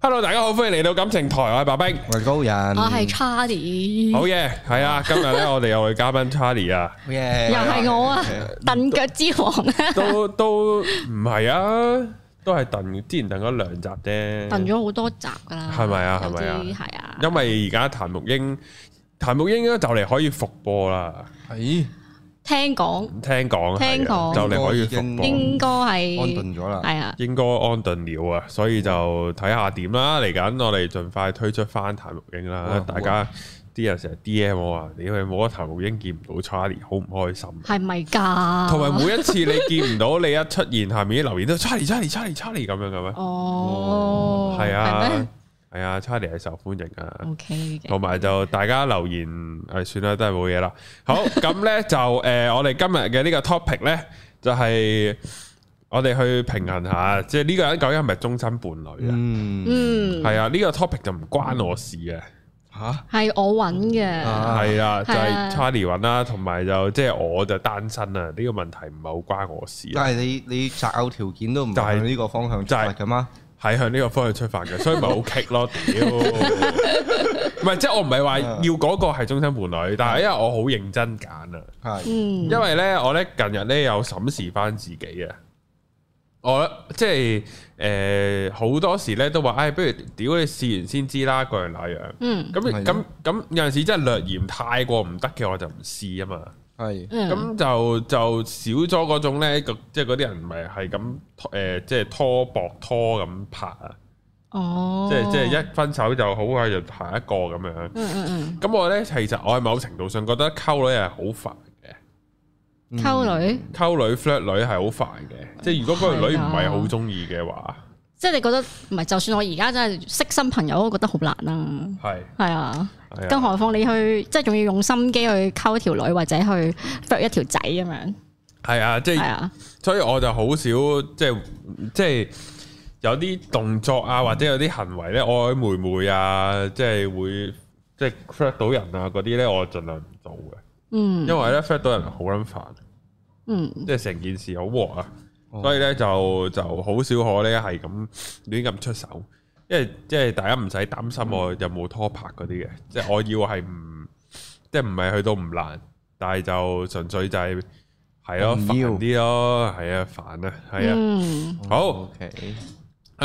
Hello，大家好，歡迎嚟到感情台，我係白冰。我係高人，我係 Charlie，嗯好嘢，係 啊，今日咧我哋有位嘉賓 Charlie 啊，耶又係我啊，蹬腳之王啊，都都唔係啊，都係燉，之前燉咗兩集啫，蹬咗好多集噶啦，嗯係咪啊有啲係咪啊係啊，因為而家譚木英，譚木英咧就嚟可以復播啦，係聽講聽講係啊聽講就嚟可以復播，應該安係頓咗啦，係啊，應該安頓了啊，所以就睇下點啦。嚟緊我哋盡快推出翻譚木英啦哇，大家啲人成日 D M 我話，屌你冇啊得譚木英見唔到 Charlie，好唔開心啊。係咪㗎？同埋每一次你見唔到你一出現，下面啲留言都 Charlie Charlie Charlie Charlie 咁樣嘅咩？哦，係係啊咩，哦係啊，Charlie 係受歡迎啊。 ，OK 嘅，同埋就大家留言，誒算啦，都係冇嘢啦。好，咁呢就誒、呃我哋今日嘅呢個 topic 呢，就係、我哋去平衡下，即係呢個人究竟係咪終身伴侶啊？嗯嗯，係、啊，呢、個 topic 就唔關我事嘅，吓，係我揾嘅，啊係啊，就嗯係係啊 Charlie 揾啦，同埋就即係我就單身啊，呢、個問題唔係好關我事啊。但係你你擇偶條件都唔就係係向呢個方向出發噶嘛？係向呢個方向出發嘅，所以咪好棘 咯，屌！唔係即係我唔係啊話要嗰個係終身伴侶，但係因為我好認真揀啊，係嗯，因為呢，我呢近日呢有審視翻自己啊，我即係誒好多時呢都話，唉、不如屌你試完先知啦，嗰樣那樣。嗯咁係咁咁有陣時真係略嫌太過唔得嘅，我就唔試啊嘛。係嗯，咁就就少咗嗰種咧，個即係嗰啲人咪係咁誒，即係拖膊拖咁拍啊！哦，即係即係一分手就好快就下一個咁樣。嗯嗯咁我咧其實我喺某程度上覺得溝女係好煩嘅，嗯，溝女，溝女 flirt 女係好煩嘅。即係如果嗰個女係唔啊係好中意嘅話，即係你覺得唔係，就算我而家真係識新朋友，我都覺得好難啦，係係啊。係更啊何況你去即係仲要用心機去溝條女或者去 f 一條仔咁樣，係啊，即係係啊，所以我就好少即係即係。有啲動作啊，或者有啲行為咧，我妹妹啊，即係會即係 flirt 到人啊嗰啲咧，我盡量唔做嘅，嗯因為咧 flirt 到人好撚煩，嗯即係成件事好鑊啊。哦所以咧就就好少可咧係咁亂咁出手，因為即係大家唔使擔嗯心我有冇拖拍嗰啲嘅，即係我要係唔即係唔係去到唔難，但係就純粹就係係咯唔煩要啲咯，係啊煩啊係啊，嗯，好，OK，係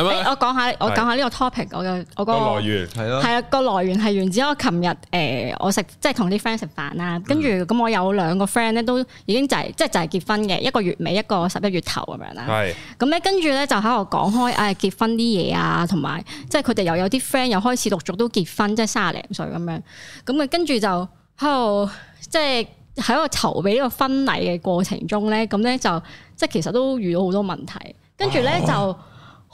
誒咪我講下我係講下呢個 topic 我嘅我個來個源？係咯，係啊個來源係源自我琴日誒我食即係同啲 friend 食飯啦，嗯跟住咁我有兩個 friend 咧都已經就係即係就係結婚嘅，一個月尾一個十一月頭咁樣啦。係咁咧跟住咧就喺度講開，誒、哎、結婚啲嘢啊，同埋即係佢哋又有啲 friend 又開始陸續都結婚，即係卅零歲咁樣。咁啊跟住就喺度即係喺度籌備呢個婚禮嘅過程中咧，咁咧就即係其實都遇到好多問題。跟住哦咧就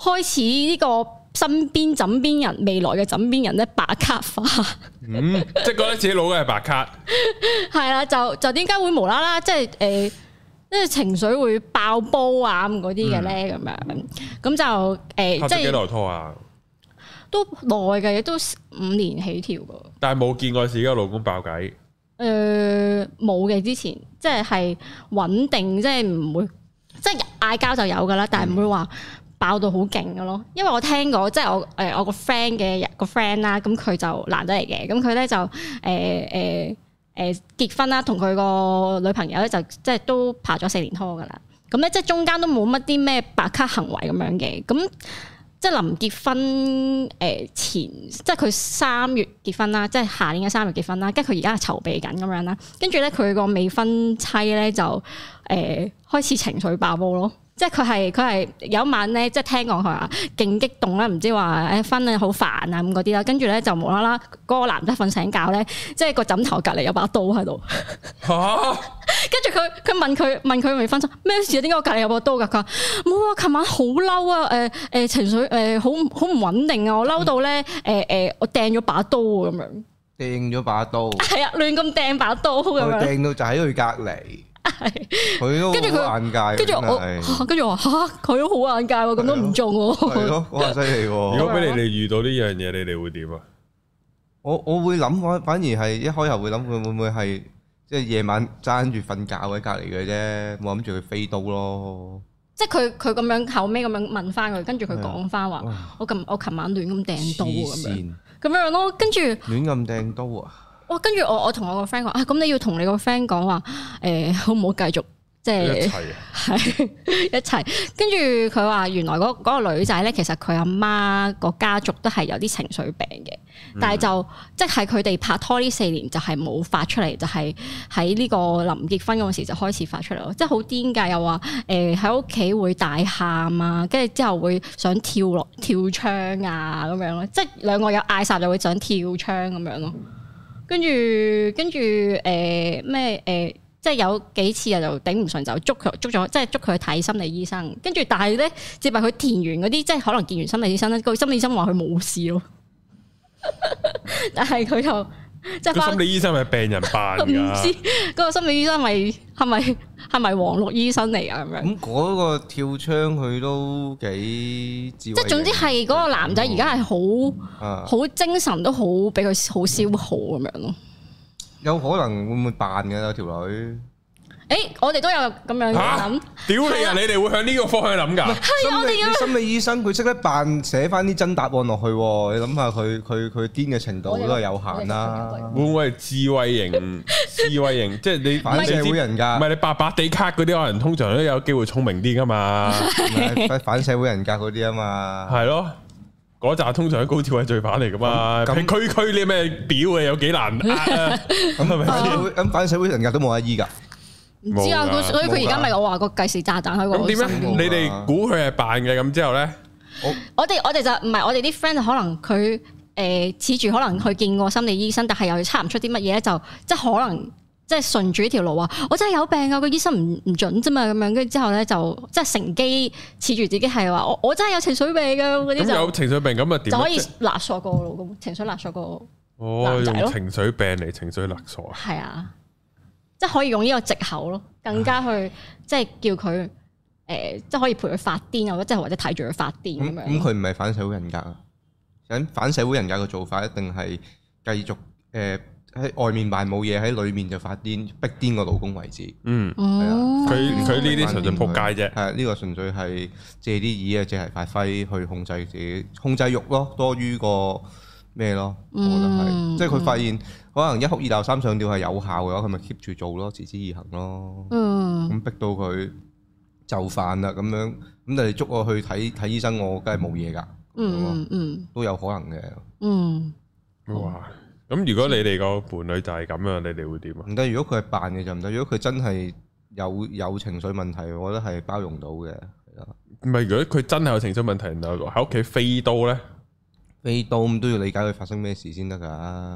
開始呢個身邊枕邊人未來嘅枕邊人咧白卡化，嗯， 即係覺得自己老嘅係白卡，係啦，就 就點解會無啦啦即係誒？呃即係情緒會爆煲啊咁嗰啲嘅咧，咁樣咁就誒，嗯拍呃即咗幾係耐拖啊？都耐嘅，亦都五年起跳噶。但係冇見過自己個老公爆 偈，誒、呃冇嘅之前，即係係穩定，即係唔會，即係嗌交就有噶啦，但係唔會話爆到好勁嘅咯。因為我聽過，即係我誒、我個 friend 嘅個 friend 啦，咁佢就男仔嚟嘅，咁佢咧就誒誒誒結婚啦，同佢個女朋友咧就即係都拍咗四年拖噶啦。咁咧即係中間都冇乜啲咩白卡行為咁樣嘅，咁即係臨結婚誒、前，呃即係佢三月結婚啦，即係下年嘅三月結婚啦，跟住佢而家係籌備緊咁樣啦，跟住咧佢個未婚妻咧就誒、開始情緒爆煲咯。即係佢係佢係有一晚咧，即係聽講佢話勁激動啦，唔知話誒婚啊好煩啊咁嗰啲啦，跟住咧就無啦啦嗰個男仔瞓醒覺咧，即係個枕頭隔離有把刀喺度，哦吓跟住佢佢問佢問佢未婚妻咩事啊？點解我隔離有把刀㗎？佢話冇啊，琴晚好嬲啊！誒、誒、情緒誒好唔好唔穩定啊！我嬲到咧誒誒，我掟咗把刀啊咁樣， 掟咗把刀，佢係啊，亂咁掟把刀咁樣，掟到就喺佢隔離，係佢都跟住佢好眼界，跟住我真係嚇跟住我話嚇佢都好眼界喎，咁都唔中啊係喎，咯，哇，犀利喎！如果俾你哋遇到呢樣嘢，你哋會點啊？我我會諗，我反而係一開頭會諗佢會唔會係即係夜晚爭住瞓覺喺隔離嘅啫，冇諗住佢飛刀咯。 即係佢佢咁樣後尾咁樣問翻佢，跟住佢係啊講翻話：哇我琴我琴晚亂咁掟刀黐啊咁樣線，咁樣咯。跟住亂咁掟刀啊！哇，跟住我我同我個 friend 講啊，咁你要同你個 friend 講話誒，好唔好繼續即一係齊啊，係 一齊？跟住佢話原來嗰嗰個女仔咧，其實佢阿媽個家族都係有啲情緒病嘅，但係就即係佢哋拍拖呢四年就係冇發出嚟，就係喺呢個臨結婚嗰陣時就開始發出嚟咯，即係好癲㗎，又話誒喺屋企會大喊啊，跟住之後會想跳落跳窗啊咁樣咯，即係兩個有嗌霎就會想跳窗咁樣咯，跟住跟住誒咩誒。即係有幾次啊，就頂唔順就捉佢捉咗，即係捉佢去睇心理醫生。跟住但係咧，接埋佢填完嗰啲，即係可能見完心理醫生咧，個心理醫生話佢冇事咯。 但係佢就即係個翻心理醫生係病人扮 唔知㗎，嗰個心理醫生咪係咪係咪黃綠醫生嚟啊？咁樣，咁嗰個跳窗佢都幾智慧即係總之係嗰個男仔而家係好啊，好精神都好，俾佢好消耗咁樣咯。有可能會唔會扮嘅有條女？誒，我哋都有咁樣嚇諗，屌你啊！你哋會向呢個方向諗㗎？係我哋心理醫生佢識得扮寫翻啲真答案落去喎，你諗下佢佢佢癲嘅程度都係有限啦，會唔會係智慧 型？智慧型即係你反社會人唔啊格，係你白白地卡嗰啲，可能通常都有機會聰明啲㗎 嘛，唔係 反社會人格嗰啲啊嘛，係咯。嗰扎通常喺高智慧罪犯嚟㗎嘛，咁佢區區你咩表啊，有幾難呃 啊？ 咁係咪反社會咁反社會人格都冇得醫㗎？唔知啊。冇㗎佢所以佢而家冇㗎咪我話個計時炸彈喺咁個點身咧？邊。你哋估佢係扮嘅，咁之後咧，我哋我哋就唔係我哋啲 friend 就可能佢誒恃住可能去見過心理醫生，但係又測唔出啲乜嘢咧，就即係可能即係順住呢條路話，我真係有病啊！個醫生唔唔準啫嘛，咁樣跟住之後咧就即係乘機恃住自己係話我我真係有情緒病㗎嗰啲咁有就情緒病咁啊點就咧？可以勒索個老公，情緒勒索個哦，男仔用咯情緒病嚟情緒勒索啊！係啊，即係可以用呢個藉口咯，更加去即係叫佢誒、呃即係可以陪佢發癲啊，或者即係或者睇住佢發癲咁咁咁樣。佢唔係反社會人格啊！咁反社會人格嘅做法一定係繼續誒喺外面扮冇嘢，喺裏面就發癲，逼癲個老公為止。嗯，係啊哦，佢佢呢啲純粹仆街啫。係啊呢個純粹係借啲意啊，借題發揮去控制自己，控制欲咯，多於個咩咯？我覺得嗯係，即係佢發現可能一哭二鬧三上吊係有效嘅話，佢咪 keep 住做咯，持之以恒咯。嗯。咁逼到佢就範啦，咁樣咁你捉我去睇睇醫生，我梗係冇嘢㗎，嗯嗯都有可能嘅。嗯哇！咁如果你哋個伴侶就係咁樣，你哋會點啊？唔得，如果佢係扮嘅就唔得，如果佢真係有有情緒問題，我覺得係包容到嘅。係啊唔係，如果佢真係有情緒問題，然後喺屋企飛刀咧，飛刀咁都要理解佢發生咩事先得㗎。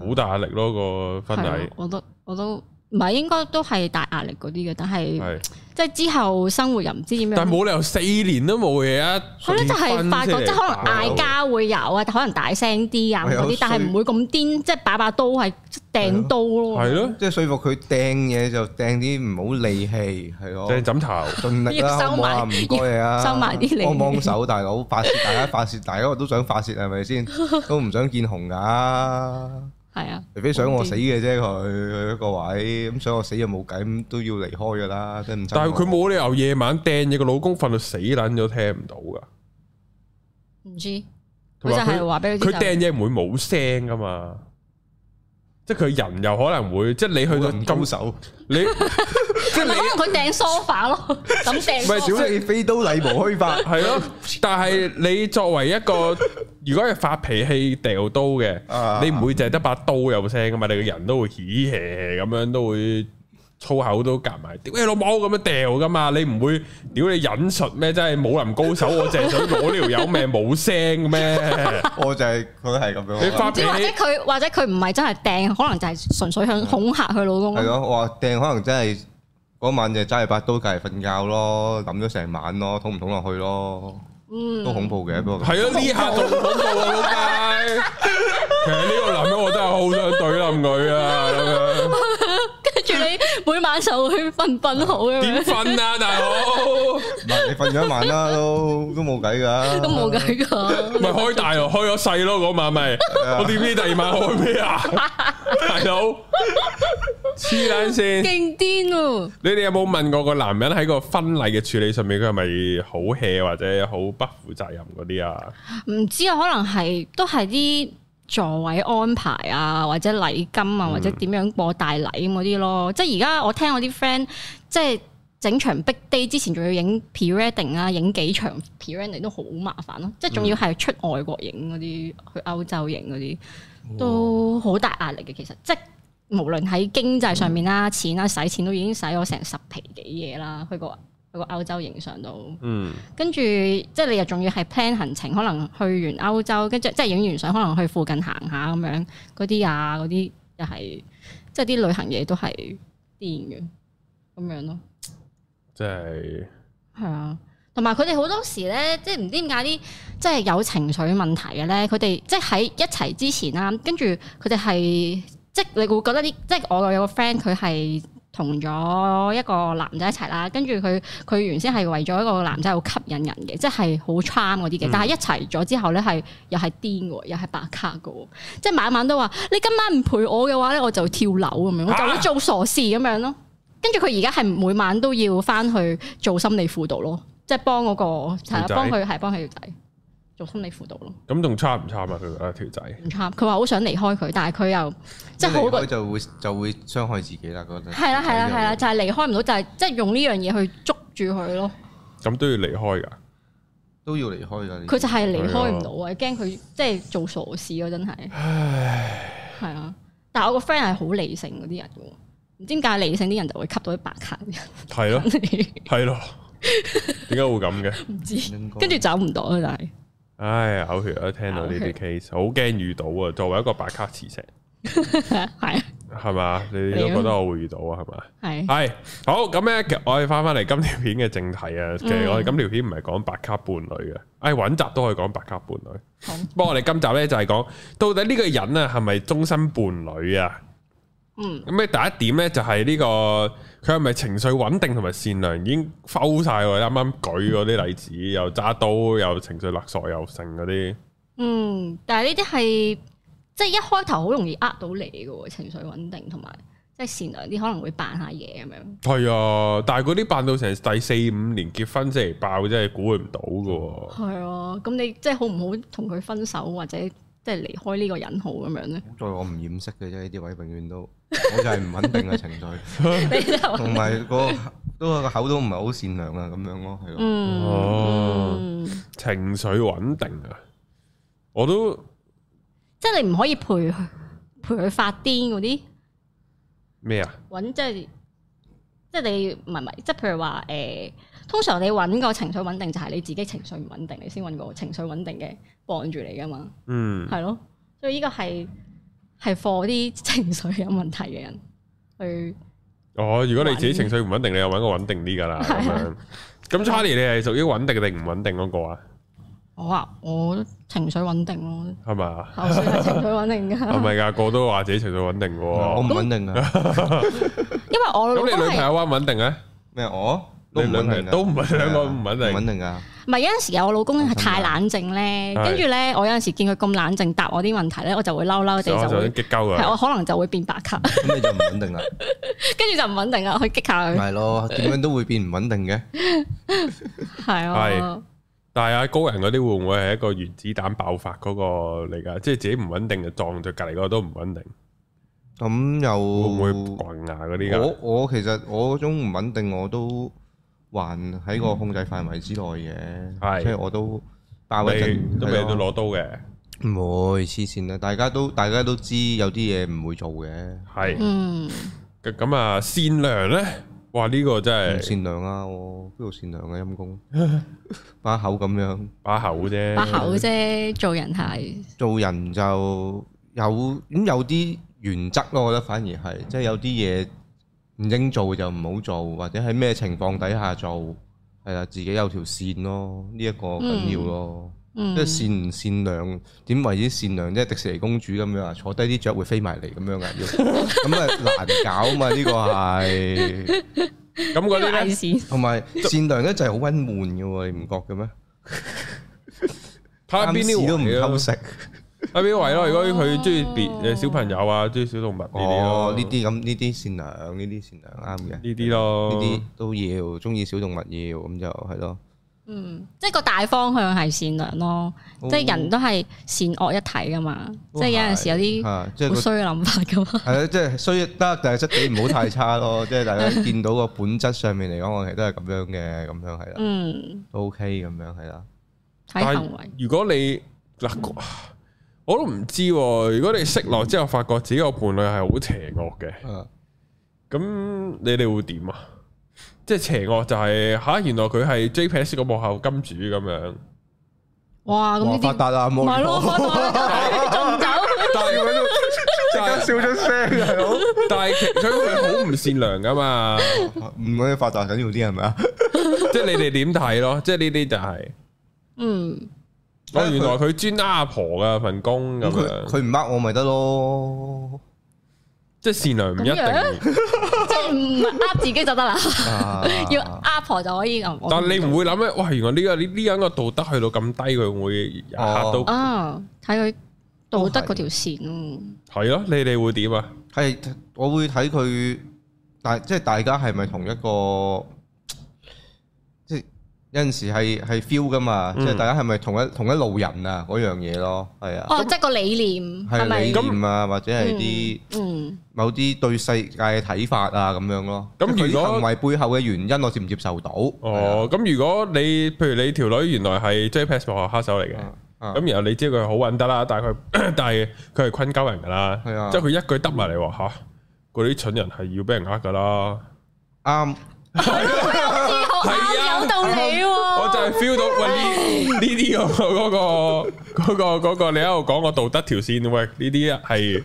好大壓力咯個嗯，婚係禮啊，我都我都唔係應該都係大壓力嗰啲嘅，但係係，即係之後生活又唔知點樣。但係冇理由四年都冇嘢啊！係咯，就係發覺即係哦可能嗌交會有啊，可能大聲啲啊係啊嗰啲，但係唔會咁癲，即係把把刀係掟刀咯。係咯，即係說服佢掟嘢就掟啲唔好利器，係咯，掟哦枕頭。盡力要啦，收好唔好啊？埋唔該你啊，要收埋啲利器幫幫手，大佬發泄大家發泄，大家我都想發泄係咪 先？都唔想見紅㗎。係啊，除非想我死嘅啫，佢佢一個位咁想我死就冇計，咁都要離開噶啦，真係唔。但係佢，冇理由夜晚掟嘢，個老公瞓到死撚咗，聽唔到噶。唔知佢同就埋係話俾佢佢知就掟嘢唔會冇聲噶嘛，即係佢人又可能會，即係你去佢到咁高咁手，你即係唔係你可能佢掟 sofa 咯， 咁掟唔係屌 sofa 你飛刀禮無虛發，係咯，但係你作為一個如果係發脾氣掉刀嘅，啊你唔會淨係得把刀有聲噶嘛，你個人都會起起咁樣，都會粗口都夾埋，屌你老母咁樣掉噶嘛，你唔會屌你忍術咩？真係武林高手，我淨係想攞呢條友命冇聲咩？ 我就係佢係咁樣。你發唔知或者佢或者佢唔係真係掟，可能就係純粹想恐嚇佢老公係咯。咯，我話掟可能真係嗰晚就揸住把刀隔嚟瞓覺咯，諗咗成晚咯，捅唔捅落去咯，嗯，都恐怖嘅。不過係啊，呢下仲恐怖啊，老街。其實呢個男人我真係好想懟冧佢啊！咁樣跟住你每晚就會瞓瞓好咁樣點。瞓啊，大佬？唔係你瞓咗一晚啦，都都冇計㗎。 都冇計噶。咪開大咯，開咗細咯，嗰晚咪，我點知第二晚開咩啊？大佬，黐撚線！勁癲喎！你哋有冇問過個男人喺個婚禮嘅處理上面，佢係咪好 hea 或者好不負責任嗰啲啊？唔知啊，可能係都係啲座位安排啊，或者禮金啊，或者點樣播大禮咁嗰啲咯。即係而家我聽我啲 friend 即係整場 big day 之前，仲要影 pre wedding 啊，影幾場 pre wedding 都好麻煩咯。即係仲要係出外國影嗰啲，去歐洲影嗰啲，都好大壓力嘅。其實即係無論喺經濟上面啦、錢啦、使錢都已經使咗成十皮幾嘢啦，去過去過歐洲影相都。嗯，跟住即係你又仲要係 plan 行程，可能去完歐洲，跟住即係影完相，可能去附近行下咁樣嗰啲啊，嗰啲又係即係啲旅行嘢都係癲嘅咁樣咯，即係係啊。同埋佢哋好多時咧，即係唔知點解啲即係有情緒問題嘅咧，佢哋即係喺一齊之前啦，跟住佢哋係即係你會覺得啲即係我有個 friend 佢係。同咗一個男仔一齊啦，跟住佢佢原先係為咗一個男仔好吸引人嘅，即係好 charm 嗰啲嘅。但係一齊咗之後咧，係又係癲嘅喎，又係白卡嘅喎，即係晚晚都話你今晚唔陪我嘅話咧，我就跳樓咁樣，我就會做傻事咁樣咯。跟住佢而家係每晚都要翻去做心理輔導咯，即係幫嗰個係條啊仔幫佢係幫佢條仔做心理輔導咯。咁仲差唔差啊？佢覺得條仔唔差，佢話好想離開佢，但係佢又即係好離過開就會就會傷害自己啦，嗰陣係啦係啦係啦，就就係離開唔到，就係即係用呢樣嘢去捉住佢咯。咁都要離開㗎。都要離開㗎。佢就係離開唔係到啊，驚佢即係做傻事咯，真係唉，係啊。但係我個 friend 係好理性嗰啲人嘅喎，唔知點解理性啲人就會吸到啲白卡嘅係 咯，人，係咯，點解會咁嘅？唔知應該跟住走唔到啊，但係唉，嘔血啊！聽到呢啲嘔 case，好驚遇到啊！作為一個白卡磁石，係啊係嘛？你哋都覺得我會遇到啊？係嘛？係系好咁咧，其實我哋翻翻嚟今條片嘅正題啊。其實我哋今條片唔係講白卡伴侶嘅，唉，揾集都可以講白卡伴侶。好不過我哋今集咧就係講到底呢個人啊係咪終身伴侶啊？嗯咁咧第一點咧就係呢、個佢係咪情緒穩定同埋善良已經摟晒我哋啱啱舉嗰啲例子，又揸刀又情緒勒索又剩嗰啲，嗯，但係呢啲係即係一開頭好容易呃到你嘅喎，情緒穩定同埋即係善良啲可能會扮下嘢咁樣，係啊！但係嗰啲扮到成第四五年結婚先嚟爆，真係估佢唔到嘅喎。係啊。咁你即係好唔好同佢分手或者即係離開呢個人好咁樣 咧？在我唔掩飾嘅啫，呢啲位永遠都我就係唔穩定 嘅情緒，你真係同埋個都個口都唔係好善良啊，咁樣咯，係咯。嗯哦嗯情緒穩定啊！我都即係你唔可以陪佢陪佢發癲嗰啲，咩啊？揾即係即係你唔係唔係，即係譬如話誒、通常你揾個情緒穩定就係你自己情緒唔穩定，你先揾個情緒穩定嘅傍住你噶嘛，嗯，係咯，所以呢個係係 for 啲情緒有問題嘅人去哦，如果你自己情緒唔穩定，你又揾個穩定啲噶啦，咁係樣。咁 Charlie，你係屬於穩定定唔穩定嗰個啊？我啊，我情緒穩定咯，係咪啊？我算係情緒穩定 係㗎，哦咪噶？個都話自己情緒穩定嘅我唔喎。穩定啊！因為我老咁公你女朋係友穩唔穩定咧？咩我你都唔兩穩定個啊㗎，都唔係兩個唔穩唔穩定。定㗎。唔係有陣時我老公係太冷靜咧，係跟住咧我有陣時見佢咁冷靜答我啲問題咧，我就會嬲嬲地所以我就就會想。激鳩係佢。我可能就會變白卡， 咁你就唔穩定啦，跟住就唔穩定啦，去激下佢，咪咯，點樣都會變唔穩定嘅。係啊，但係阿高人嗰啲會唔會係一個原子彈爆發嗰個嚟㗎？即係自己唔穩定就撞咗隔離嗰個都唔穩定，咁又會唔會棍牙嗰啲㗎？我我其實我嗰種唔穩定我都還喺個控制範圍之內嘅，係即係我都爆一你陣，都係未到咯攞刀嘅，唔會黐線啦！大家都大家都知有啲嘢唔會做嘅，係。嗯，咁咁啊，善良咧，哇呢、個真唔係善良啊！我邊度善良 啊？陰公把口咁樣，把口啫，把口啫，做人係，做人就有咁有啲原則咯。我覺得反而係即係有啲嘢唔應做就唔好做，或者喺咩情況底下做係啦，自己有條線咯。呢、一個緊要咯，嗯即，係善唔善良點為之善良？即係迪士尼公主咁樣啊，坐低啲雀會飛埋嚟咁樣啊， 要咁啊難搞嘛！呢個係。咁嗰呢個啲偽咧，善，同 埋善良咧就係好温悶嘅喎，你唔覺嘅咩？睇下邊啱屎都啲唔位啊偷咯，食，喺邊位啊咯？如果佢中意哦別誒小朋友啊，中意小動物呢啲咯哦，呢啲咁呢啲善良，呢啲善良啱嘅，呢呢啲咯，啲都要，中意小動物要咁就係咯。嗯，即係個大方向係善良咯，哦即係人都係善惡一體噶嘛，即都係有陣時有啲啊，即係好個衰嘅諗法 噶嘛。係啊，即係雖得，但係質地唔好太差咯。即係大家 見到個本質上面嚟講，我哋都係咁樣嘅，咁樣係啦，嗯，都 OK 咁樣係啦。睇行為。如果你嗱，我都唔知喎。如果你識落之後，發覺自己個伴侶係好邪惡嘅，啊咁你哋會點啊？即係邪惡就係、吓，原來佢係 JPS 個幕後金主咁樣。哇，咁哇呢發啲達啊，冇咪 咯，發達啦仲唔走？但係而但係笑出聲啊，佬！但係其實佢好唔善良噶嘛，唔嗰啲發達緊要啲係咪啊？即係你哋點睇咯？即係呢啲就係、 嗯，哦，原來佢專呃阿婆噶份工咁咁佢樣，佢唔呃我咪得咯，即係善良唔一咁定。即係唔呃自己就得 啦，啊 要呃婆就可以咁。但係你唔會諗咧，哇！原來呢、個呢呢個人個道德去到咁低，佢會嚇到哦啊，睇佢道德嗰條線咯。係咯？你哋會點啊？係我會睇佢，但即係大家係咪同一個，即係有陣時係係 feel 噶嘛，嗯即係大家係咪同一同一路人啊嗰樣嘢咯，係啊，哦，即係個理念係係理咪？念啊，或者係啲嗯，某啲對世界嘅睇法啊咁樣咯。咁即係佢如果行為背後嘅原因，我接唔接受到？哦，咁如果你譬如你條女原來係 JPS 幕後黑手嚟嘅係，啊，啊咁然後你知佢好揾得啦，但係佢但係佢係坤鳩人噶啦，係啊即係佢一句得埋嚟話吓，嗰啲蠢人係要俾人呃噶啦，啱。係啊啱有道理我就喎。係 feel 到喂呢呢 啲嗰個嗰個嗰個嗰個你喺度講個道德條線，喂呢啲係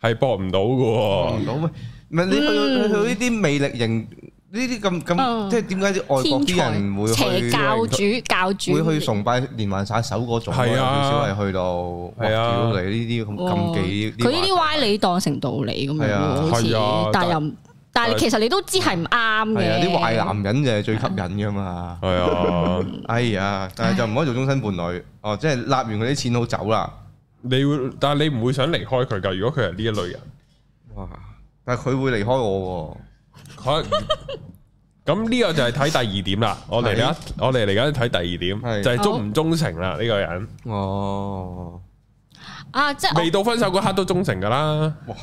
係搏唔到 嘅喎，講喂，唔係你去到嗯去到呢啲魅力型呢啲咁咁，嗯即係點解啲外國啲人會邪去教主教主會去崇拜連環殺手嗰種咯？係啊有少少係去到係啊哇屌你呢啲咁禁忌佢呢啲話歪理當成道理咁樣係啊喎，好係啊似，但係又唔，但但係其實你都知係唔啱係啊嘅。啲壞男人就係最吸引 噶嘛。係啊，哎呀，但係就唔可以做終身伴侶哦，即係立完佢啲錢好走啦。你會但係你唔會想離開佢㗎，如果佢係呢一類人。哇！但係佢會離開我可能咁呢個就係睇第二點啦。我嚟緊，我嚟嚟緊睇第二點，係就係忠唔忠誠啦。呢個人喎。哦，啊，即係 未到分手嗰刻都忠誠噶啦，我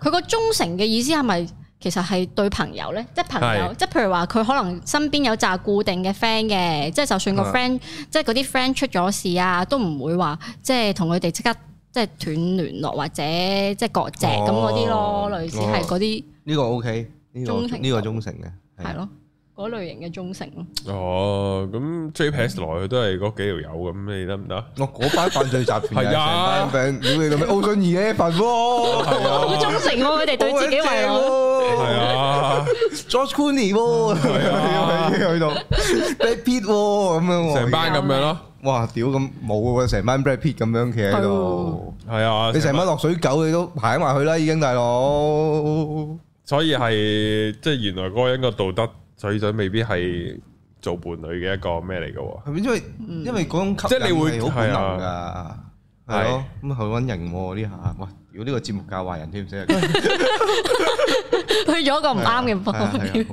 佢個忠誠嘅意思係咪其實係對朋友咧？即係朋友，係即係譬如話佢可能身邊有扎固定嘅 friend 嘅，即係就算個啊 friend 即係嗰啲 friend 出咗事啊，都唔會話即係同佢哋即刻即係斷聯絡或者即係割席咁嗰啲咯哦，類似係嗰啲呢個 OK，呢個忠誠呢個忠誠嘅係係咯，嗰類型嘅忠誠咯。哦，咁 JPS 來去都係嗰幾條友咁，你得唔 得？我嗰班犯罪集團又係係啊成班病，屌你老味，奧信義咧份喎， 好忠誠喎，佢哋 對自己為哦好咯。正係喎啊， ，George Clooney 喎，啊去到 Brad Pitt 喎咁樣喎，成班咁樣咯，哇屌咁冇喎，成班 Brad Pitt 咁樣企喺度，係啊，你成班班落水狗你都排埋去啦，已經大佬。所以係即係原來嗰個人個道德水準未必係做伴侶嘅一個咩嚟嘅 喎。係咪因為因為嗰種吸即係你會引係好本能㗎？係咯，咁好揾人喎呢下，哇！如果呢個節目教壞人添， 真係去咗個唔啱嘅係啊方係面啊，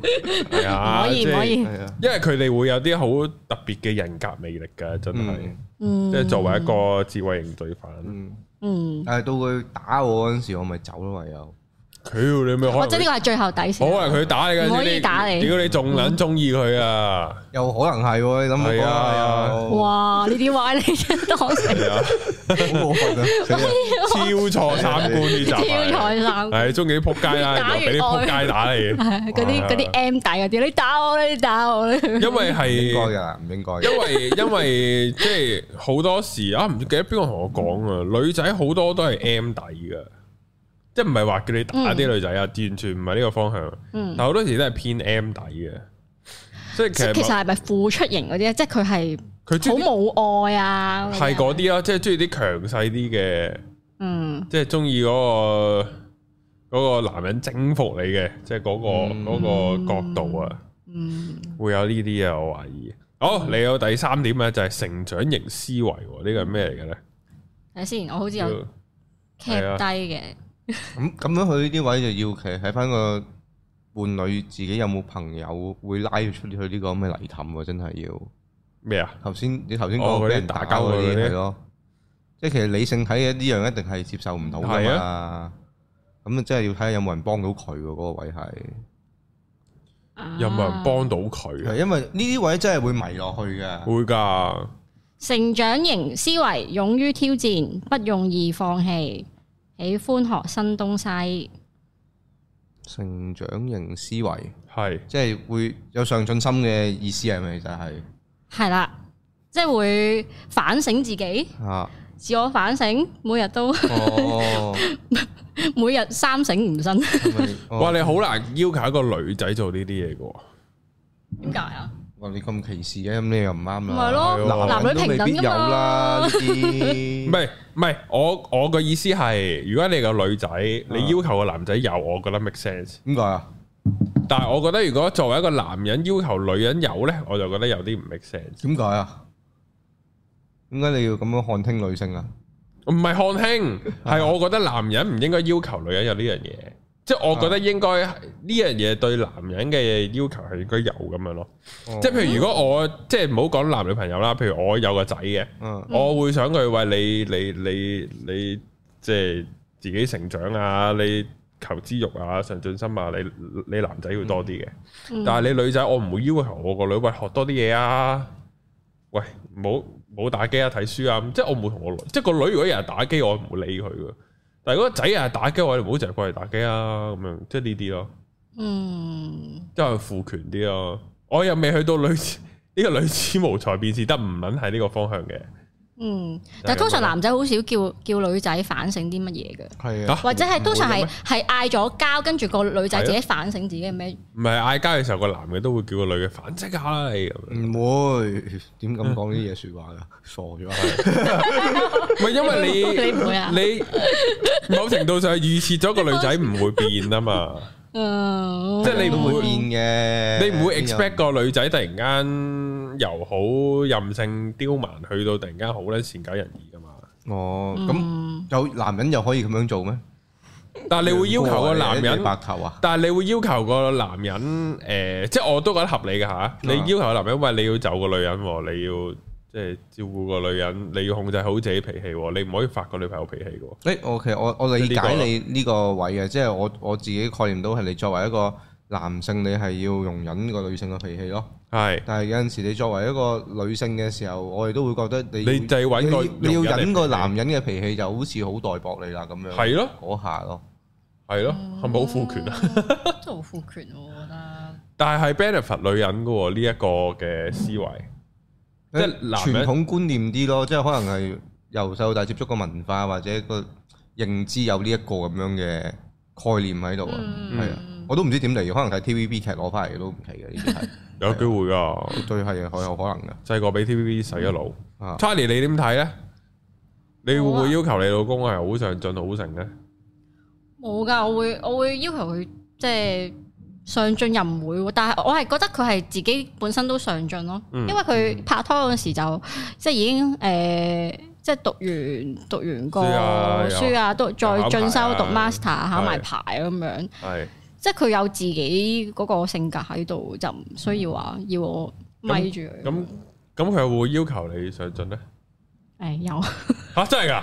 係啊，唔可以即係唔可以係啊，因為佢哋會有啲好特別嘅人格魅力㗎，真係嗯，嗯即係作為一個智慧型罪犯。嗯。嗯，但係到佢打我嗰陣時，我咪走咯，唯有。屌你咪可或者呢能個係最後底可線。能啊佢打你嗰陣時唔可以打你屌你仲撚中意佢啊！又可能係喎，你諗下係啊又哇！呢啲歪理真係當成係啊，好過分啊！死啦嗯超錯三觀呢集招 係，財生係中意啲仆街啦，打又完俾啲仆街打你， 嗰啊啲嗰啲 M 底嗰啲，你打我啦，你打我啦。因為應該係。㗎，唔應該㗎。因為因為即係好多時啊，唔記得邊個同我講啊，女仔好多都係 M 底嘅，即係唔係話叫你打啲女仔啊，完全唔係呢個方向。嗯但好多時都係偏 M 底嘅，即係即其係實其實係咪付出型嗰啲啊咧？即係佢係佢中好意冇愛啊。啲係嗰。啲咯，即係中意啲強勢啲嘅。嗯即係中意嗰個嗰、個男人征服你嘅，即係嗰、個嗰、個角度啊，嗯，會有呢啲啊，我啊懷疑。好，嚟到第三點咧，就係成長型思維喎，呢個係咩嚟嘅咧？睇下先，我好似有要啊 cap 低嘅，咁咁樣佢呢啲位就要其實睇翻個伴侶自己有冇朋友會拉佢出去呢個咁嘅泥氹喎，真係要。咩啊？頭先你頭先哦嗰講啲俾人打打交交嗰嗰啲啲係咯，即係其實理性睇嘅呢樣一定係接受唔到噶係嘛。咁啊，真係要睇下有冇人幫到佢喎，嗰個位係。有冇人啊？幫到佢啊？係因為呢啲位真係會迷落去嘅。會㗎，成長型思維，勇於挑戰，不容易放棄，喜歡學新東西。成長型思維，係即係會有上進心嘅意思係咪？就係係啦，即係會反省自己，啊，自我反省，每日都 哦，每日三省吾身。係咪哦哇！你好難要求一個女仔做呢啲嘢嘅喎。點解啊？哇！你咁歧視嘅，咁你又唔啱啦。咪係咯，係男女都平未等必㗎有啦嘛呢。啲。唔係唔係，我我嘅意思係，如果你個女仔，啊你要求個男仔有，我覺得 make sense。點解啊？但係我覺得如果作為一個男人要求女人有呢，我就覺得有啲唔 make sense。點解啊？點解你要咁樣看聽女性啊？唔係看 輕，係我覺得男人唔應該要求女人有呢樣嘢，即係我覺得應該啊係呢樣嘢對男人嘅要求係應該有咁樣咯。即係譬如如果我即係唔好講男女朋友啦，譬如我有個仔嘅，嗯我會想佢喂你你你你即係自己成長啊，你求知欲啊、上進心啊，你你男仔要多啲嘅。嗯但係你女仔，我唔會要求我個女喂學多啲嘢啊，喂冇冇打機啊、睇書啊，即係我唔會同我女，即係個女如果日日打機，我唔會理佢嘅。但係如果個仔日日打機，我哋唔好成日過嚟打機啊，咁樣即係呢啲咯。嗯，即係父權啲咯。我又未去到女子呢、個女子無才便是得，唔撚係呢個方向嘅。嗯，但係通常男仔好少叫叫女仔反省啲乜嘢嘅，係嚇啊，或者係通常唔會嘅係咩係嗌咗交，跟住個女仔自己反省自己係咩？唔係嗌交嘅時候，個男嘅都會叫個女嘅反省下啦，你咁 Ừ, 樣。唔會點咁講呢啲嘢说話噶？傻咗係唔係因為 你唔會啊？你你某程度上係預設咗個女仔唔會變啊嘛，嗯，即係你都唔會會變嘅。你唔會 expect 個女仔突然間由好任性刁蠻去到突然間好咧善解人意噶嘛。哦，Ừ. 咁咁有男人又可以咁樣做咩？但係你會要求個男你人白頭啊？但係你會要求個男人诶、呃即系我都覺得合理嘅吓。你要求個男人，喂，你要就個女人喎，你要即係照顧個女人，你要控制好自己脾氣喎，你唔可以發個女朋友脾氣嘅喎。誒，OK，我我理即係呢解個你呢個位嘅，即係我我自己概念到係你作為一個男性，你係要容忍個女性嘅脾氣咯。係但係有陣時你作為一個女性嘅時候，我哋都會覺得你你就係揾個你容要你要忍忍你個脾氣男人嘅脾氣就好似好待薄你啦咁樣。係咯啊嗰下咯，係咯，係咪好父權啊？， 都好父權喎，我覺得。但係係 benefit 女人嘅喎呢一個嘅思維，即係男傳人統觀念啲咯，即係可能係由細到大接觸個文化或者個認知有呢一個咁樣嘅概念喺度啊。嗯係啊，我都唔知點嚟，可能睇 TVB 劇攞翻嚟都唔奇嘅，呢啲 係有機會噶。絕對係好有可能嘅。細個俾 TVB 洗咗腦。啊 Charlie 你點睇呢？你會唔我啊會要求你老公係好上進、好成呢？冇噶，我會我會要求佢即係上進又唔會喎，但係我係覺得佢係自己本身都上進咯，嗯因為佢拍拖嗰時就即係已經誒、呃即係讀完讀完個書啊又書啊，都又再考進牌修啊讀 master 考埋係牌咁樣，係即係佢有自己嗰個性格喺度，就唔需要話要我咪住佢。嗯咁咁，佢會要求你上進呢？誒有， 吓真係㗎！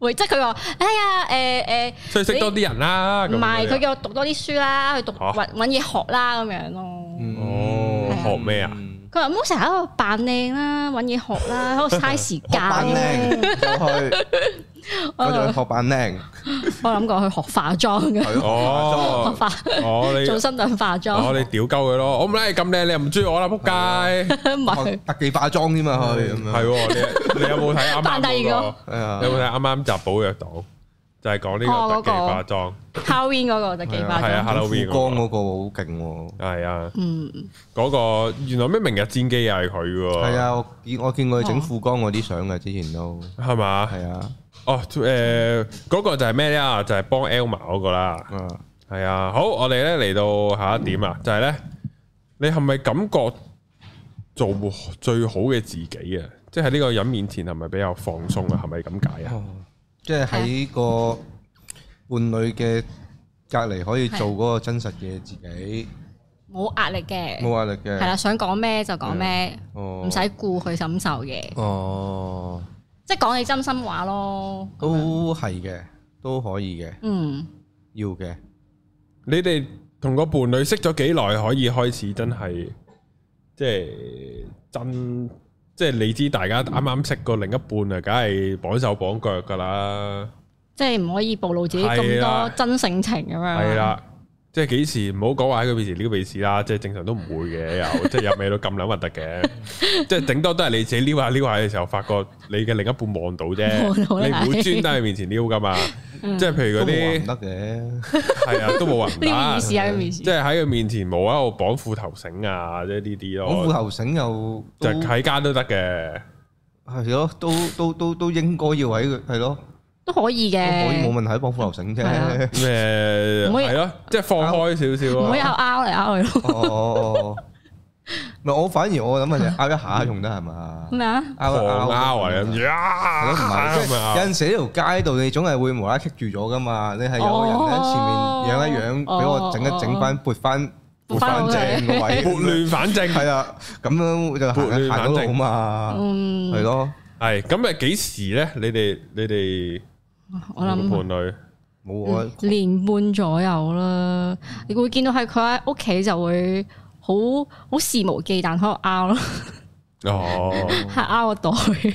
喂，即係佢話，哎呀誒誒。呃所以識多啲人啦。咁唔嗰啲係，啊佢哦叫我讀多啲書啦，去讀嚇揾揾嘢學啦咁樣咯。哦 Ừ. 係啊學咩啊？佢話唔好成日喺度扮靚啦，揾嘢學啦，喺度嘥 時學扮靚間。就去，我就去學扮靚，我諗過去學化妝嘅，係 咯哦學化哦，你 做新娘化哦，妝，你屌鳩佢咯！我唔理你咁靚，你又唔中意我啦，仆街！唔學哦係特技化妝添啊，去咁係樣。喎，你你有冇睇啱啱扮第嗰二個？係啊你有冇睇啱啱集寶藥黨？就係講呢個特技化妝， Halloween 嗰個特技哦化係啊妝。 Halloween 富江嗰個好勁喎。係啊，嗯，嗰個原來咩明日戰機又係佢喎，係，啊，我見我見過佢整富江嗰啲相嘅，之前都係嘛？係啊，哦，誒嗰個就係咩啊？就係幫 Elma 嗰個啦，啊係啊。好，我哋咧嚟到下一點啊，就係咧，你係咪感覺做最好嘅自己啊？即係喺呢個人面前係咪比較放鬆啊？係咪咁解啊？即係喺個伴侶嘅隔離可以係做嗰個真實嘅自己，冇壓力嘅，冇壓力係嘅。啦，想講咩就講咩，哦，啊唔使顧佢感受嘅，Ờ. 哦，即係講你真心話咯。都係嘅，都可以嘅，嗯，要嘅。你哋同個伴侶識咗幾耐可以開始真係即係真即係你知大家啱啱識個另一半啊，梗係綁手綁腳噶啦，即係唔可以暴露自己係咁啦多真性情咁樣。係，啦。即係幾時唔好講話喺佢面前撩鼻屎啦，即係正常都唔會嘅， 又即係入味到咁撚核突嘅，即係頂多都係你自己撩下撩下嘅時候，發覺你嘅另一半望到啫， 望到啦嗯你唔會專登喺佢面前撩噶嘛，即係譬如嗰都冇啲話唔得嘅。係啊，都冇人呢個打 意思啊，呢個意思即。係喺佢面前冇喺度綁褲頭繩啊，即係呢啲我褲咯，頭繩又就都係喺間都得嘅。係咯，都都都都應該要喺佢係咯，都可以都可以冇嘅，問題，綁褲頭繩係啊 啫。咩唔好係咯，即係放開少少啊唔好又咯。拗嚟拗去咯。哦哦，哦唔係我反而我諗係拗一下用得係嘛？咩啊？拗一狂拗啊！係你咯咁唔係，即咁係有啊！陣時喺條街度，你總係會無啦啦棘住咗噶嘛。你係有個人哦喺前面養一養，俾我整一整翻，撥翻撥撥返翻好佢正個位，撥亂反正係啦，咁樣就行撥亂行反到正路嘛，嗯，係咯，係咁啊！幾時咧？你哋你哋我諗伴侶冇 Ừ. 我年半左右啦，你會見到係佢喺屋企就會好好肆無忌憚喺度拗咯，哦，係拗個袋咁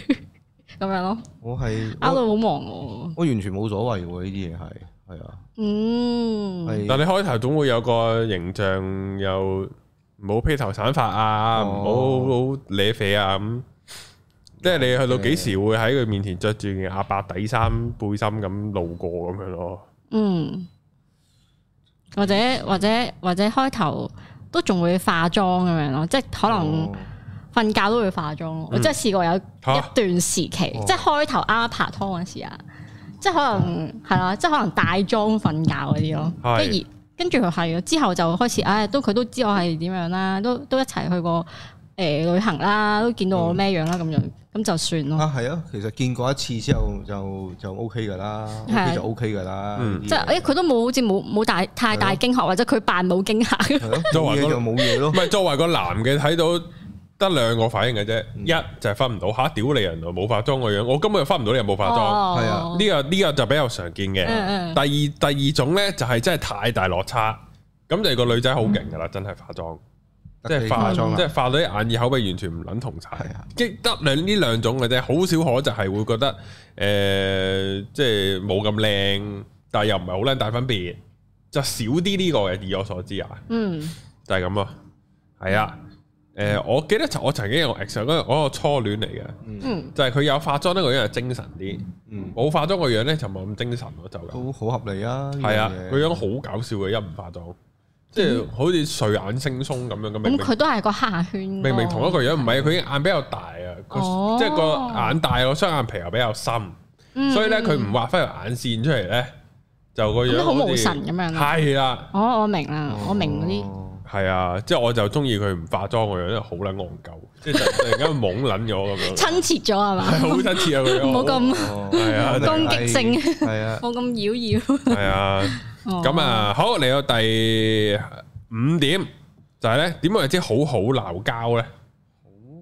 樣咯，我係拗我到好忙我。我完全冇所謂喎，呢啲嘢係係啊，嗯，但係你開頭總會有個形象，又唔好披頭散髮啊，唔哦好好惹啡啊咁。即係你去到幾時會喺佢面前着住件阿伯底衫背心咁路過咁樣咯？嗯，或者或者或者開頭都仲會化妝咁樣咯，即係可能哦嗯瞓覺都會化妝咯。我真係試過有一嚇段時期，哦即係開頭啱啱拍拖嗰時啊，即係可嗯能係啦，即係可能大妝瞓覺嗰啲咯，係跟住跟住佢係咯，之後就開始，唉，都佢都知我係點樣啦，都都一齊去過誒、旅行啦，都見到我咩樣啦咁樣，咁就算咯。啊係啊，其實見過一次之後就就 OK 噶啦係，OK 就 OK 噶啦，嗯即係哎誒，佢都冇好似冇冇大太大驚嚇，或者佢扮冇驚嚇咁樣係咯，作冇為嘢嗰就冇嘢咯唔。係作為個男嘅睇到得兩個反應嘅啫，嗯一就係分唔到吓，屌你人來冇化妝個樣，我根本就分唔到你有冇化妝。哦係啊呢個呢個就比較常見嘅。嗯嗯第二第二種咧就係真係太大落差，咁就係個女仔好勁噶啦，真係化妝，即係化化妝妝，啦即係化到啲眼耳口鼻完全唔撚同晒啊係啊，即係得兩呢兩種嘅啫，好少可就係會覺得誒，即係冇咁靚，但係又唔係好撚大分別，就少啲呢個嘅。以我所知啊。嗯，就係咁咯，係啊。誒、我記得曾我曾經有個 ex 嗰個嗰個初戀嚟嘅，嗯，就係佢有化妝呢個樣係精神啲，嗯，冇化妝個樣咧就冇咁精神咯，就咁。都好合理啊。呢係啊樣嘢，個樣好搞笑嘅，一唔化妝，即係好似睡眼惺忪咁樣咁。明咁明佢都係個黑眼圈喎。明明同一個樣，唔係佢眼比較大啊，佢哦即係個眼大咯，雙眼皮又比較深，嗯，所以咧佢唔畫翻條眼線出嚟咧，就個咁樣都好似無神咁樣咯啊係啦。哦，我明啦，我明嗰啲。哦係啊，即系我就中意佢唔化妝個樣，因為好撚戇鳩，即係突然 間懵撚咗咁樣， 親切咗係嘛？係好親切啊佢， 唔好咁哦係啊攻擊性係啊，冇咁妖妖。係啊，哦咁啊好嚟到第五點就係咧點為之好好鬧交咧？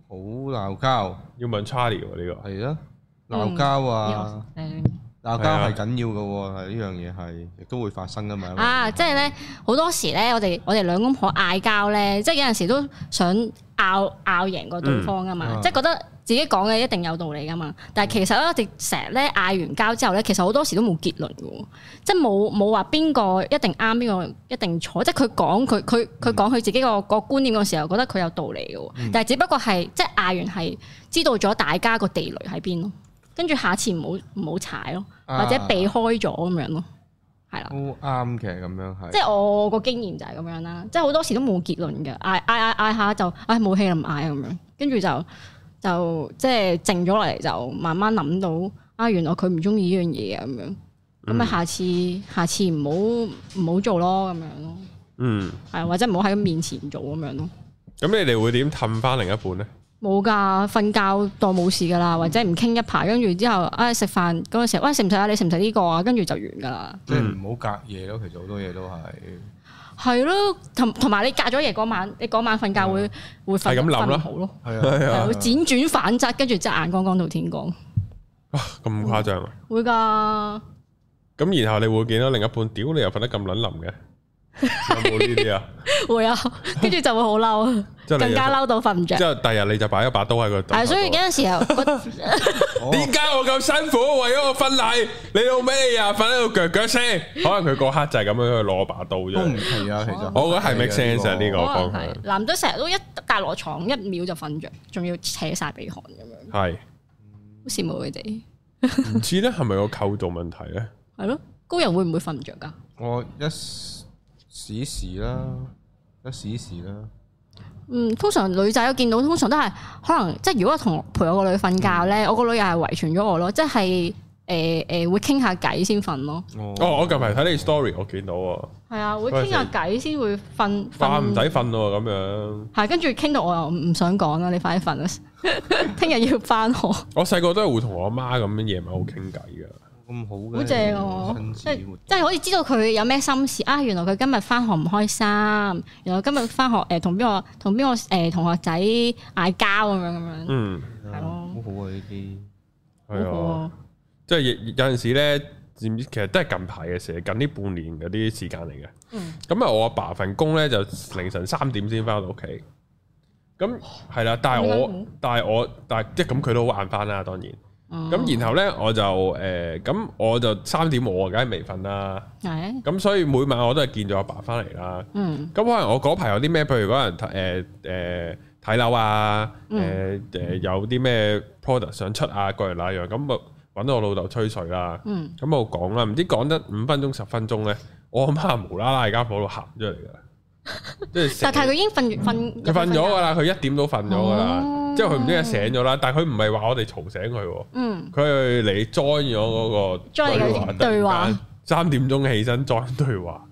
好鬧交要問 Charlie 喎呢個，係啊，鬧交啊哦，，誒鬧係交啊係緊要嘅喎，係呢樣嘢係亦都會發生噶嘛。啊，即係咧好多時咧，我哋我哋兩公婆嗌交咧，即係有陣時都想拗拗贏個對方噶嘛，嗯即係覺得自己講嘅一定有道理噶嘛。但係其實咧，我哋成日咧嗌完交之後咧，其實好多時都冇結論嘅喎，即係冇冇話邊個一定啱，邊個一定錯。即係佢講佢佢佢講佢自己個個觀點嘅時候，覺得佢有道理嘅喎，但係只不過係即係嗌完係知道咗大家個地雷喺邊咯，跟住下次唔好唔好踩咯，啊啊或者避開咗啊咁樣咯，係啦都。啱嘅，咁樣係即。係我個經驗就係咁樣啦，即係好多時都冇結論嘅，嗌嗌嗌嗌下就唉冇氣啦唔嗌啊咁樣，跟住就就即係靜咗落嚟，就慢慢諗到啊原來佢唔中意呢樣嘢啊咁樣，咁嗯咪下次下次唔好唔好做咯咁樣咯，啊嗯，係或者唔好喺佢面前做咁樣咯。咁你哋會點氹翻另一半咧？冇噶，瞓覺當冇事噶啦，或者唔傾一排，跟住之後，唉食飯嗰陣時候，喂食唔食啊？你食唔食呢個啊？跟住就完噶啦。即係唔好隔夜咯。其實好多嘢都係係咯，同同埋你隔咗夜嗰晚，你嗰晚瞓覺會會嗯瞓係咁諗瞓啦唔好咯，係哦係係啊會輾轉反側，跟住隻眼光光到天光，咁誇張啊！會㗎。 咁然後你會見到另一半，屌你又瞓得咁撚冧嘅，有冇呢啲 啊？會啊，跟住就會好嬲，啊即係你更加，嬲到瞓唔着之。後第日你就擺一把刀喺個頭度。係，所以嗰陣時候， 嗰哦點解我咁辛苦為咗我婚禮？你老尾啊，瞓喺度腳腳聲。 可能佢嗰刻就係咁樣去攞把刀都唔啫。奇啊。其實我覺得係 make sense 啊呢個可方能向係男仔成日都一笪落床一秒就瞓着，仲要扯晒鼻鼾咁樣，係好羨慕佢哋。唔知咧，係咪個構造問題咧？係咯，高人會唔會瞓唔着㗎？我一時時啦，一時時啦，嗯，通常女仔我見到，通常都係可能即係如果我同陪我個女瞓覺咧，我個女又係遺傳咗我咯，即係誒誒會傾下偈先瞓咯。 哦，我近排睇你 story，我見到啊，係啊，會嗰陣傾時下偈先會瞓話唔使瞓。瞓咯咁樣。係跟住傾到我又唔想講啦，你快啲瞓啦， 聽日要翻學。我細個都係會同我媽咁樣夜晚好傾偈噶。咁好嘅，好正喎！即係親子啊即係可以知道佢有咩心事啊！原來佢今日翻學唔開心，原來今日翻學誒同邊個同邊個誒同學仔嗌交咁樣咁樣，嗯，活動係啊咯好好啊呢啲。係好好啊啊。即係有有陣時咧，知唔知其實都係近排嘅事，近呢半年嗰啲時間嚟嘅。嗯咁啊，我阿爸份工咧就凌晨三點先翻到屋企。咁係啦，但係咁辛我苦但係我但係即係咁，佢都好晏翻啦，當然。嗯咁然後咧，我就誒咁、我就三點我梗係未瞓啦。係啊咁所以每晚我都係見咗阿爸翻嚟啦。嗯咁可能我嗰排有啲咩，譬如可能睇誒誒睇樓啊，誒、嗯誒、有啲咩 product 想出啊，各樣那樣，咁啊揾到我老豆吹水啦。嗯咁我講啦，唔知講得五分鐘十分鐘咧，我阿媽無啦啦喺間房度行出嚟㗎，即 係但成係佢已經瞓完瞓嗯佢瞓咗啊㗎，啦，佢一點都瞓咗㗎哦啦，之後佢唔知一醒咗啦，但係佢唔係話我哋嘈醒佢喎。嗯佢嚟 join 咗嗰個 join 你嘅對話，哦三點鐘起身 join 對話，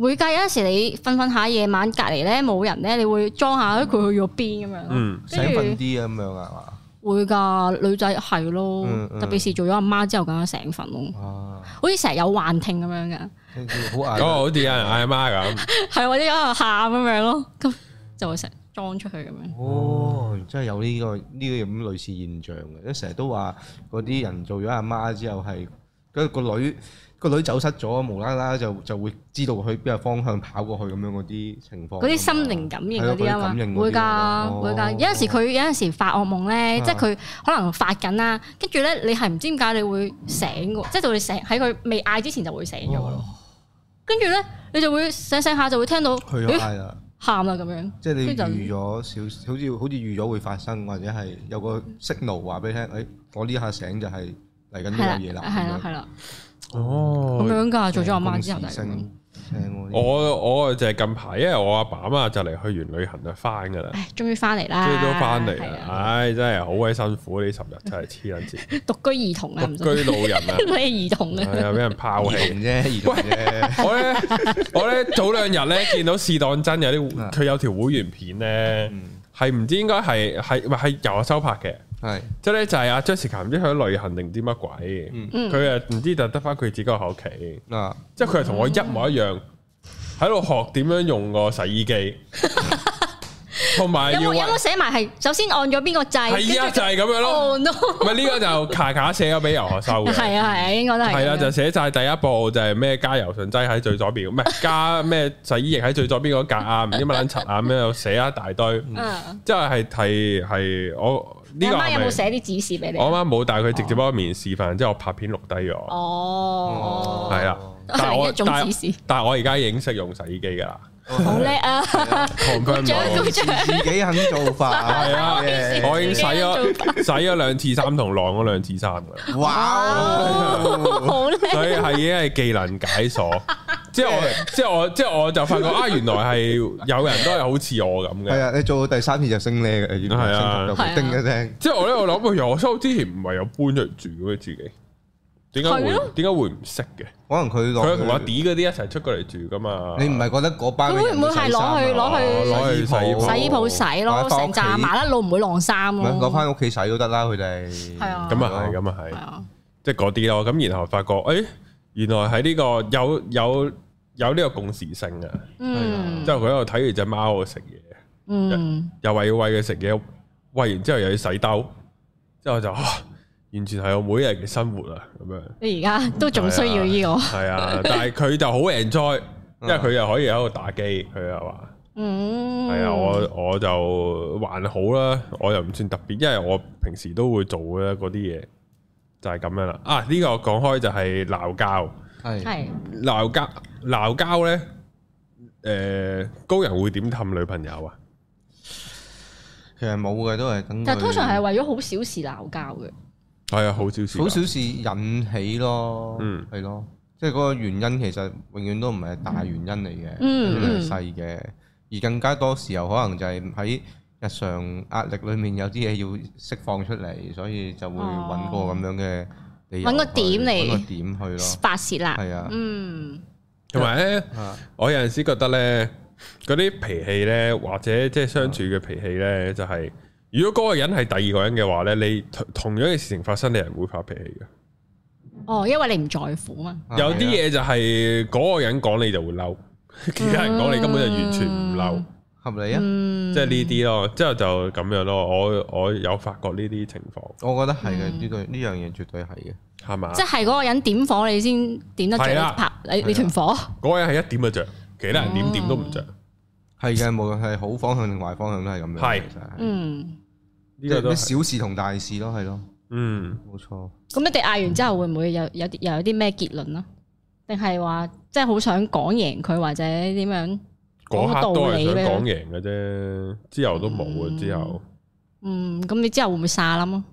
會㗎。有陣時你瞓瞓下夜晚隔離咧冇人咧，你會裝下佢去咗邊咁樣咯。嗯，醒瞓啲啊咁樣啊會㗎，女仔係咯嗯，嗯特別是做咗阿媽之後更加醒瞓咯，嘛，啊，好似成日有幻聽咁樣㗎。跟住咁好眼好似有人嗌媽咁，係或者有度喊咁樣咯，咁就會成日裝出去咁樣。嗯哦，真係有呢個呢個咁類似現象嘅，因為成日都話嗰啲人做咗阿媽之後係，跟住個女個女走失咗，無啦啦就就會知道去邊個方向跑過去咁樣嗰啲情況。嗰啲心靈感應嗰啲啊嘛，會㗎會㗎。有陣時佢有陣時發惡夢咧，啊即係佢可能發緊啦，跟住咧你係唔知點解你會醒嘅，即係到你醒喺佢未嗌之前就會醒咗哦咯。跟住咧你就會醒醒下就會聽到去咗咦嗌啦，喊啦咁樣，即係你跟住就預咗少，好似好似預咗會發生，或者係有個 signal 話俾你聽，誒，我呢下醒就係嚟緊係呢啦個嘢啦，係啦係啦咁哦，樣㗎。做咗阿媽之後就嗯係咁樣聲，聲我我我就係近排，因為我阿爸阿媽就嚟去完旅行就翻噶啦，唉，終於翻嚟即啦，係都翻嚟係啦，啊唉，真係好鬼辛苦呢十日，真係黐撚線，獨居兒 童啊，唔獨居老 人啊，你係兒童啊，係啊，俾人拋兒棄。童啫，兒童 啫，我咧，我咧早兩日咧見到試當真有啲，啊佢有條會員片咧，嗯，係唔知應該係係唔係係由我收拍嘅。係，即係咧就係阿 Jessica 唔知去咗旅行定唔知乜鬼，嗯嗯佢啊唔知就得翻佢自己個喺屋企，哦嗱，即係佢係同我一模一樣，喺度學點樣用個洗衣機，同埋有要冇有冇係寫埋係首先按咗邊個掣？啊跟住就係咁樣咯，按咯，唔係呢個就卡卡寫咗俾游學 收嘅，係啊係啊，應該都係咁樣。係啦就寫晒第一步就係咩加柔順劑喺最左邊，唔係 加咩洗衣液喺最左邊嗰格啊，唔知乜撚柒啊咩，又寫一大 堆，嗯，即係係係係我你呢個阿媽係有冇咪？寫啲指示俾你？我哦阿媽冇，但係佢直接幫我面示範，之後我拍片錄低咗。哦，係啊哦，但係我一種但指示係但係我而家已經識用洗衣機噶 啦好叻 啊！ ，confirm 掌 咗鼓掌，自己肯做飯， 係 啊耶我已經洗咗洗咗兩次衫同晾咗兩次衫 噶啦，哇哇，好叻！所以係已經係技能解 鎖。即係我即係我即係我就發覺啊，原來係有人都係好似我咁係嘅。啊，你做到第三次就升呢嘅，原係來啊升級就會叮一聲，即係我咧，我諗，哎呀，我收之前唔係有搬出嚟住咩自己？點解會係咯點解會唔識嘅？可能佢落佢同阿去， D 嗰啲一齊出過嚟住噶嘛？你唔係覺得嗰班佢會唔會係啊攞去攞啊去攞去洗衣鋪洗衣鋪洗擺返咯，屋成企扎麻甩佬唔會晾衫咯。攞翻屋企洗都得啦，佢哋係啊咁啊係，咁啊係係，啊，即係嗰啲咯。咁然後發覺，誒原來喺呢個有有有呢個共時性啊！嗯之後佢喺度睇住只貓喺度食嘢，嗯，又話要餵佢食嘢，餵完之後又要洗兜，之後就啊完全係我每日嘅生活啊咁樣。你而家都仲需要呢個，係啊，但係佢就好 enjoy，因嗯為佢又可以喺度打機，佢又話。嗯，係啊，我我就還好啦，我又唔算特別，因為我平時都會做嘅嗰啲嘢，就係、咁樣啦。啊，呢、個講開就係鬧交，係係鬧交鬧交呢，誒、高人會點氹女朋友啊？其實冇嘅，都係等佢。但係通常係為咗好小事鬧交嘅，係啊，好少少，好小事引起咯，嗯係咯，即係嗰個原因其實永遠都唔係大原因嚟嘅，啊嗯永遠係細嘅，而更加多時候可能就係喺日常壓力裡面有啲嘢要釋放出嚟，所以就會揾個咁樣嘅理由哦揾個去點嚟揾個點去 咯，發泄啦，係啊嗯，同埋呢，啊我有陣時覺得呢，嗰啲脾氣呢，或者即係相處嘅脾氣呢，就係、如果嗰個人係第二個人嘅話呢，你同同樣嘅事情發生，你係唔會發脾氣嘅。哦，因為你唔在乎嘛， 有啲啊嘢就係嗰個人講你就會嬲， 其他人講你根本就完全唔嬲，合理啊，嗯，即係呢啲咯。之後就咁樣咯。我我有發覺呢啲情況，我覺得係嗯嘅，呢個呢樣嘢絕對係嘅，係嘛即？係嗰個人點火你先點得係着啦拍你你團火，嗰個人係一點就着，其他人點點都唔着。係嘅，無論係好方向定壞方向都係咁樣，係其實係嗯，呢即個係都咩係小事同大事咯，係咯，嗯，冇錯。咁你哋嗌完之後會唔會有有啲又有啲咩結論啊？定係話即係好想講贏佢或者點樣？嗰刻都係想講講道贏嘅啫，之後都冇啊。之後 嗯，咁你之後會唔會沙冧啊？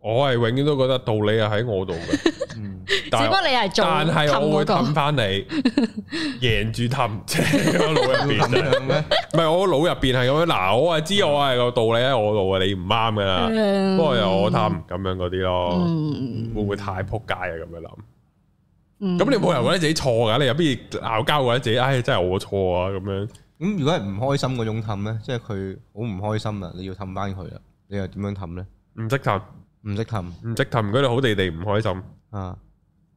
我係永遠都覺得道理係喺我度嘅， 嗯只不但過你係做但係我氹嗰會個氹翻你， 贏住氹，即係我腦入邊就係。咁樣咩？唔係我腦入邊係咁樣，嗱，我係知我係個道理喺我度嘅，你唔啱噶啦。嗯啊不過又我氹咁樣嗰啲咯，嗯會唔會太撲街啊？咁樣諗，嗯咁你冇人覺得自己錯㗎，你又邊鬧交覺得自己，唉，真係我錯啊咁樣。咁如果係唔開心嗰種氹咧，即係佢好唔開心啦，你要氹翻佢啦，你又點樣氹咧？唔識氹，唔識氹唔識氹，佢哋好地地唔開心，啊，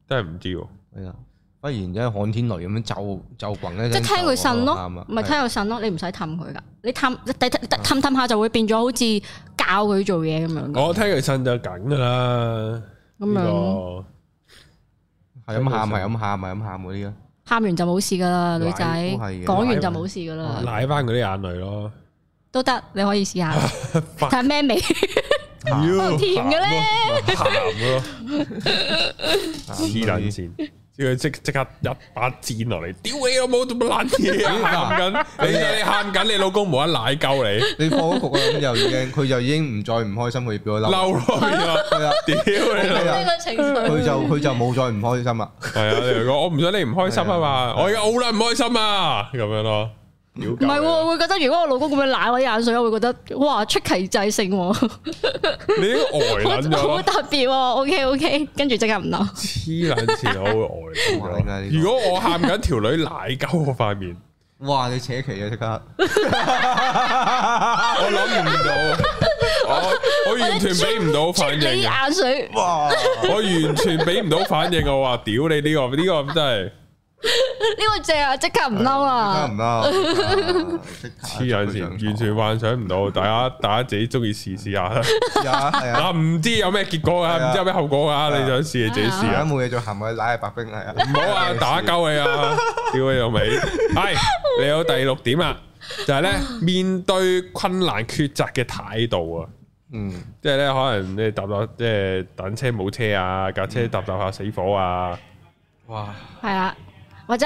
真係唔知喎。係啦，忽然間旱天雷咁樣就就滾咧，即係聽佢呻咯，唔係咪聽佢呻咯，你唔使氹佢噶，你氹啊氹氹下就會變咗好似教佢做嘢咁樣㗎我聽佢呻就梗㗎啦，嗯咁哦呢個樣係咁喊，係咁喊，係咁喊嗰啲咯。喊完就冇事噶啦，女仔奶都係嘅講完就冇事噶啦，舐翻佢啲眼淚 咯。都得，你可以試下煩睇下咩味，妖哦甜嘅咧， 鹹嘅咯，黐撚線。即佢即即刻一把箭落嚟， 屌你老母做乜撚嘢啊！ 喊緊，你你喊緊，你老公冇得奶鳩 你，你放咗局啦，咁又已經佢就已經唔再唔開心，佢變咗嬲，嬲咯變咗，係啊，屌你老母！係呢啊，個情緒佢就佢就冇再唔開心啦。係啊，你講我唔想你唔開心啊嘛，我而家好啦唔開心啊，咁樣咯，唔唔係喎，我會覺得如果我老公咁樣奶我啲眼水，我會覺得哇出奇制勝喎，你已經呆撚咗好好咯，特別喎，OK OK，跟住即刻唔嬲，黐撚線，我會呆撚玩啊呢咗。個如果我喊緊條女奶鳩我塊面，哇！你扯旗啊，即刻我諗唔到， 我我完全俾唔到出反你應啲嘅。眼水，哇！我完全俾唔到反應，我話屌你呢、個呢、個真呢個正啊，即刻唔嬲啊得唔！得？係啊黐撚線，完全幻想唔到。大家大家自己中意試試下啦。係啊係啊，嗱，唔知有咩結果係啊，啊唔知有咩後果啊，係啊你想試你自己試而家啊。冇嘢做，行埋奶係白冰係啊，唔好啊，打鳩你啊，屌你老味。係，你有第六點啦，就係咧面對困難抉擇嘅態度啊。嗯。即係咧，可能你搭搭即係等車冇車啊，架車搭搭下死火啊，哇！係啊，或者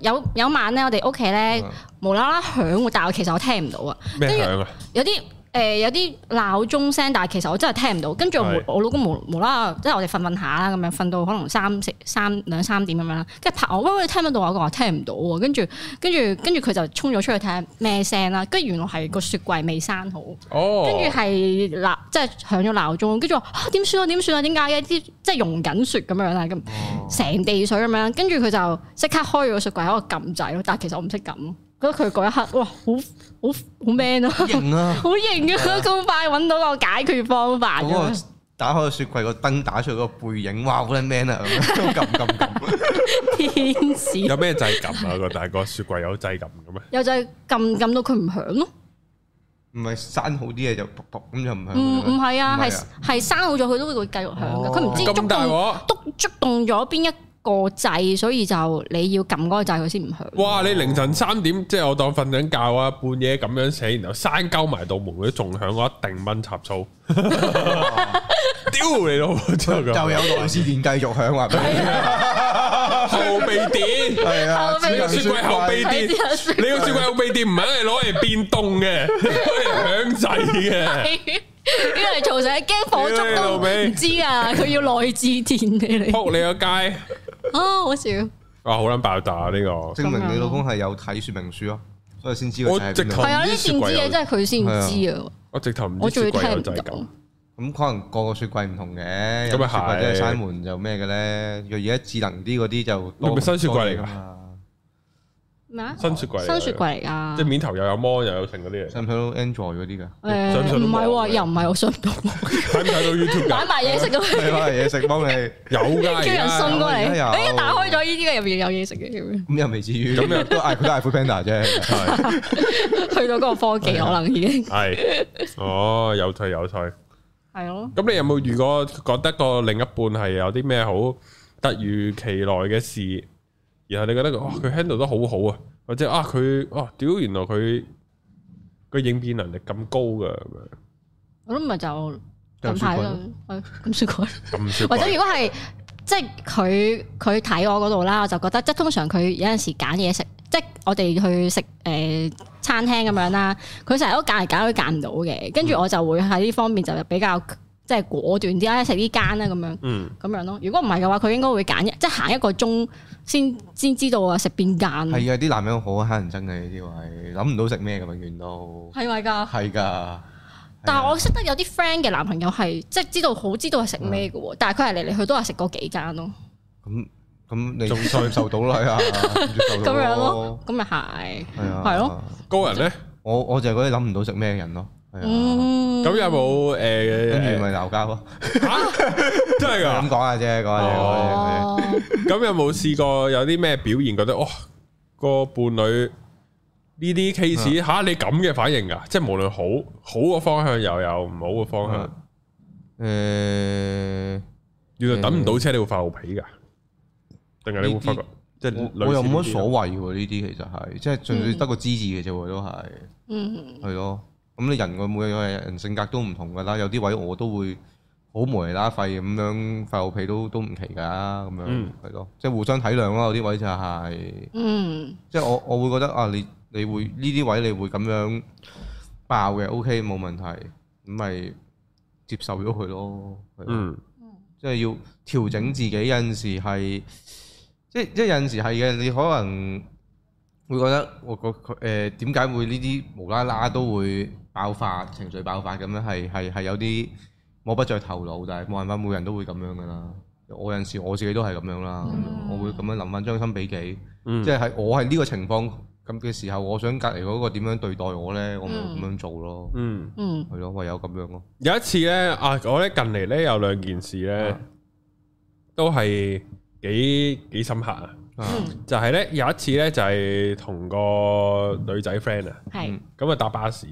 有有有晚咧，我哋屋企咧嗯無啦啦響喎，但係我其實我聽唔到啊。咩跟住響啊？有啲誒、誒有啲鬧鐘聲，但係其實我真係聽唔到。跟住我係無我老公無無啦啦，即係我哋瞓瞓下啦，咁樣瞓到可能三四三兩三點咁樣啦。跟住拍我，喂喂，你聽唔聽到啊？我話聽唔到喎。跟住跟住跟住佢就衝咗出去睇下咩聲啦。跟住原來係個雪櫃未閂好，哦跟住係鬧即係響咗鬧鐘。跟住我話啊點算啊點算啊點解嘅？啲即係融緊雪咁樣啦，咁哦成地水咁樣。跟住佢就即刻開咗個雪櫃喺度撳掣咯。但係其實我唔識撳，覺得佢嗰一刻哇好好好 man 啊！型啊！好型啊！咁快揾到個解決方法啊嗰㗎個打開個雪櫃個燈打出去個背影，哇！好撚 man 啊！咁樣撳撳撳，天使 有咩掣撳啊？個大個雪櫃有掣撳啊嘅咩？又就係撳撳到佢唔響咯，唔係閂好啲嘢就噗噗咁就唔響唔唔啦。係啊，哦唔係啊係係閂好咗佢都會繼續響嘅，佢唔知觸咁大動鑊！觸觸動咗邊一個掣，所以就你要撳嗰個掣佢先唔響。哇！你凌晨三點，即係我當瞓緊覺啊，半夜咁樣醒，然後閂鳩埋道門，佢仲響，我一定掹插粗。屌你老母！真係就咁有內置電繼續響話俾你聽，後備電，係啊！後備你個雪櫃後備係電， 你個雪櫃後備電唔係攞嚟變凍嘅，攞嚟響掣嘅。啊因為嘈醒驚 火燭屌你老都味唔知啊，佢要內置電 俾你。仆你個街！啊，好笑！哇！好撚爆炸啊呢個！證明你老公係有睇說明書咯，所以先知我佢直係邊頭度。係啊，呢啲雪電櫃子有嘢真係佢先知啊，我直頭唔我知仲雪櫃要有聽唔掣到撳。。咁可能個個雪櫃唔同嘅，有咁啲啊雪係櫃即係閂門就咩嘅咧。若而家智能啲嗰啲就多係咪新雪櫃嚟㗎多嘢㗎嘛？咩啊？新雪櫃嚟㗎新雪櫃嚟㗎即係。面頭又有 mon 又有剩嗰啲嘢，使唔使都 Android 嗰 啲㗎？誒想唔想都啊唔望係嘅喎，又唔係我 想到，睇唔睇到 YouTube 買㗎？埋嘢食咁樣， 係啊，嘢食幫你。有㗎，而叫人啊家送過嚟，有有誒一打開咗呢啲嘅入邊有嘢食嘅咁樣， 咁又未至於，咁又都嗌佢都嗌 f o o Panda 啫。係去到嗰個科啊技可能已經係哦，有趣有趣。係咯，咁你有冇如果覺得個另一半係有啲咩好突如其來嘅事，然後你覺得佢哇佢 handle 得好好啊，或者啊佢哦屌原來佢個應變能力咁高㗎咁樣，我都唔係就就咁雪睇櫃咯，係咁哎雪櫃。咁雪或者櫃如果係即係佢佢睇我嗰度啦，我就覺得即係通常佢有陣時揀嘢食，即係我哋去食誒、呃餐廳咁樣啦，佢成日都揀嚟揀去揀唔到嘅，跟住我就會喺呢方面就比較即係果斷啲啦，食呢間啦咁樣。嗯咁樣咯，如果唔係嘅話，佢應該會揀一即係行一個鐘先先知道啊食邊間，係啊，啲男人好乞人憎嘅呢啲位，諗唔到食咩嘅永遠都係咪㗎？係啊㗎。啊但係我識得有啲 friend 嘅男朋友係即係知道好知道係食咩嘅喎，但係佢係嚟嚟去都係食嗰幾間咯，咁咁你仲仲受唔 受到啦？係啊，唔接受咁到樣咯，，咁咪係，係啊，係咯。高人咧，我我就係嗰啲諗唔到食咩嘅人咯，係啊，嗯，咁有冇跟住誒咪鬧交咯， 嚇真係㗎咁講？下啫，講下啫講下啫，講下啫。哦，咁有冇試過有啲咩表現覺得哦個伴侶呢啲嗯 case 吓你咁嘅反應㗎？即係無論好好嘅方向又有，唔好嘅方嗯向，誒，原來等唔到車你會發牛脾㗎，定係你會發覺呢啊即係我我又冇乜所謂喎，呢啲其實係，即係純粹嗯得個知字嘅啫喎，都係。嗯，係咯，咁你人個每個人性格都唔同㗎啦，有啲位我都會好無厘啦廢咁樣發牛脾都都唔奇㗎，咁樣嗯係咯，即係互相體諒咯。有啲位就係、嗯，即係我我會覺得啊，你你會呢啲位你會咁樣爆嘅，OK 冇問題，咁咪接受咗佢咯。係咯嗯即係要調整自己。有陣時係，即係即係有陣時係嘅。你可能會覺得我個佢誒點解會呢啲無啦啦都會爆發情緒爆發咁樣係係係有啲摸不着頭腦，但係冇辦法，每人都會咁樣噶啦。我有陣時我自己都係咁樣啦，嗯我會咁樣諗翻將心比己，嗯即係喺我係呢個情況咁嘅時候，我想隔離嗰個點樣對待我咧，我咪咁樣做咯，嗯。嗯，係咯，唯有咁樣咯。有一次咧，啊，我咧近嚟咧有兩件事咧，啊都係幾幾深刻啊！啊嗯就係咧有一次咧就係同個女仔 friend 啊。係，咁啊搭巴士，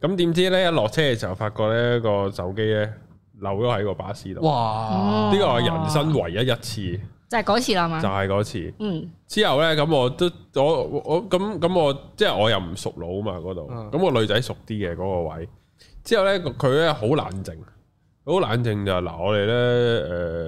咁點知咧一落車嘅時候，發覺咧個手機咧漏咗喺個巴士度。哇！啊呢個係人生唯一一次，哦就係嗰次啦嘛就，係嗰次。嗯，之後咧，咁我都我我我咁咁我即係我又唔熟佬嘛嗰度，嗯咁、個女仔熟啲嘅嗰個位。之後咧佢咧好冷靜，好冷靜就嗱我哋咧誒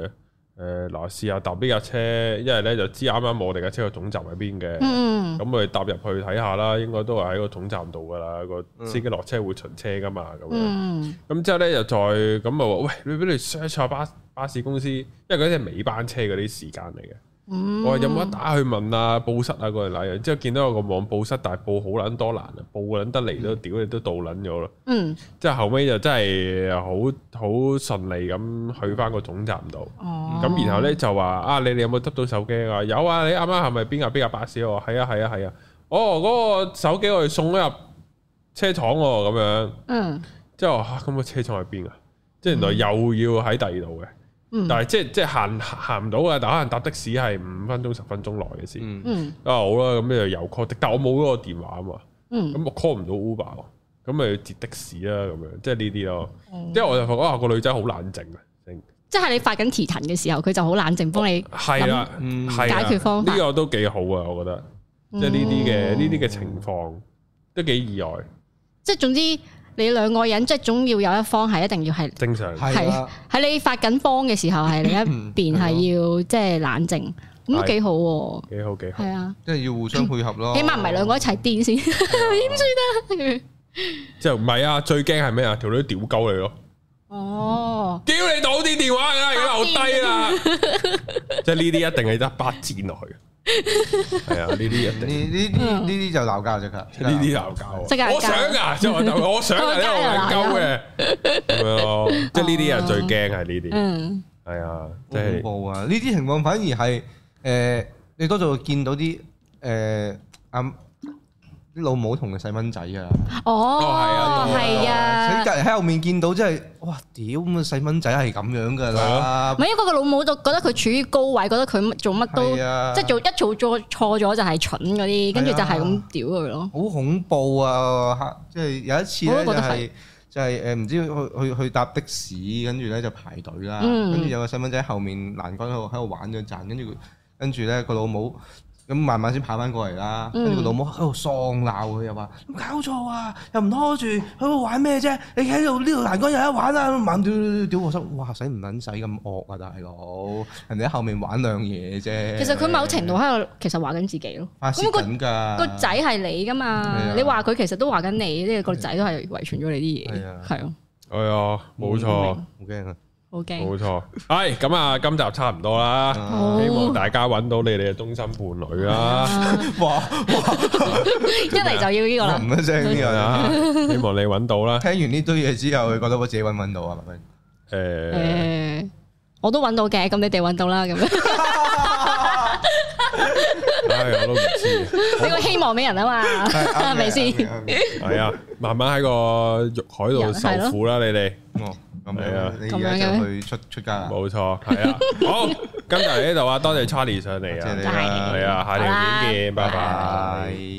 誒呃嗱，試下搭呢架車，因為咧就知啱啱我哋架車個總站喺邊嘅。嗯咁我哋搭入去睇下啦，應該都係喺個總站度噶啦，個司機落車會巡車噶嘛，咁樣。嗯咁之後咧就再咁啊話，喂，你俾你 search 下巴巴士公司，因為嗰啲係尾班車嗰啲時間嚟嘅。嗯，我話有冇得打去問啊，報失啊嗰類嘢。之後見到有個網報失，但係報好撚多難啊，報撚得嚟都屌你都倒撚咗啦。嗯之後後尾就真係好好順利咁去翻個總站度。哦，咁然後咧就話啊，你哋有冇執到手機啊？有啊，你啱啱係咪邊架邊架巴士？我話係啊係啊係啊。哦，嗰、個手機我哋送咗入車廠喎、咁樣。嗯之後嚇，咁、個車廠喺邊啊？即係原來又要喺第二度嘅，嗯但係即係即係行行唔到啊！但可能搭的士係五分鐘十分鐘內嘅事。嗯嗯啊好啦，咁就又 call 的，但我冇嗰個電話啊嘛，嗯咁我 call 唔到 Uber 喎，咁咪要截的士啊啦咁樣，即係呢啲咯。哦即係我就發覺啊，個女仔好冷靜啊，成即係你發緊蹄騰嘅時候，佢就好冷靜幫你係啦，嗯係啦解決方法呢個都幾好啊，我覺得，嗯即係呢啲嘅呢啲嘅情況都幾意外，即係總之你兩個人即係總要有一方係一定要係正常係啦，喺你發緊慌嘅時候係另一邊係要即係冷靜，咁都幾好喎。幾好幾好係。啊，即係要互相配合咯。起碼唔係兩個一齊癲先，點算啊？之後唔係啊，最驚係咩啊？條女屌鳩你咯，哦，屌你倒啲電話㗎，啊而家好低啦，即係呢啲一定係得八箭落去，係啊，呢啲一呢定。呢嗯啲呢啲就鬧交啫，呢呢啲鬧交啊即刻鬧交我想噶，即係我就我想噶，因為我係鳩嘅，咁樣咯，即係呢啲人最驚係呢啲，嗯係啊，即好恐係怖啊！呢啲情況反而係誒、呃你多數會見到啲誒阿啲老母同嘅細蚊仔啊，哦哦，係係喺啊隔。離喺後面見到，真係哇屌咁啊！細蚊仔係咁樣噶係啦唔，係因為啊嗰個老母就覺得佢處於高位，覺得佢做乜都係啊即係做一做做錯咗就係蠢嗰啲，跟住就係咁屌佢咯。好恐怖啊！嚇即係有一次我咧，都就覺得係係就係誒唔知去去去搭的士，跟住咧就排隊啦，嗯跟住有個細蚊仔喺後面欄杆喺度喺度玩咗陣，跟住佢跟住咧個老母。咁慢慢先跑翻過嚟啦，跟住個嗯老母喺度喪鬧佢，又話：有冇搞錯啊，又唔拖住，喺度玩咩啫？你喺度呢度欄杆有得玩啊！猛屌屌屌！我心哇，使唔撚使咁惡啊，大佬？人哋喺後面玩兩嘢啫。其實佢某程度喺度其實話緊自己咯。發泄咁個緊㗎，個仔係你噶嘛啊？你話佢其實都話緊你，即係個仔都係遺傳咗你係啲啊嘢，係啊，係啊，Ừ. 冇錯好驚啊！好驚。冇錯，係咁啊，今集差唔多啦，Ừ. 好希望大家揾到你哋嘅終身伴侶啦。啊 哇！一嚟就要呢個 啦，唔一聲 呢係個人，啊，希望你揾到啦。聽完呢堆嘢之後，佢覺得我自己揾唔揾到啊？係咪？誒，誒，我都揾到嘅，咁你哋揾到啦，咁樣唉，我都唔知。俾個希望俾人啊嘛， 係咪先？係啊，慢慢喺個肉海度受苦啦，你哋。哦，咁係啊樣，你而家就去出出街啦，冇錯，係啊。好，Dạ, 今日嚟呢度啊，多謝 à, Charlie 上嚟多謝你啊。啦，係啊，下條片見，拜拜。拜。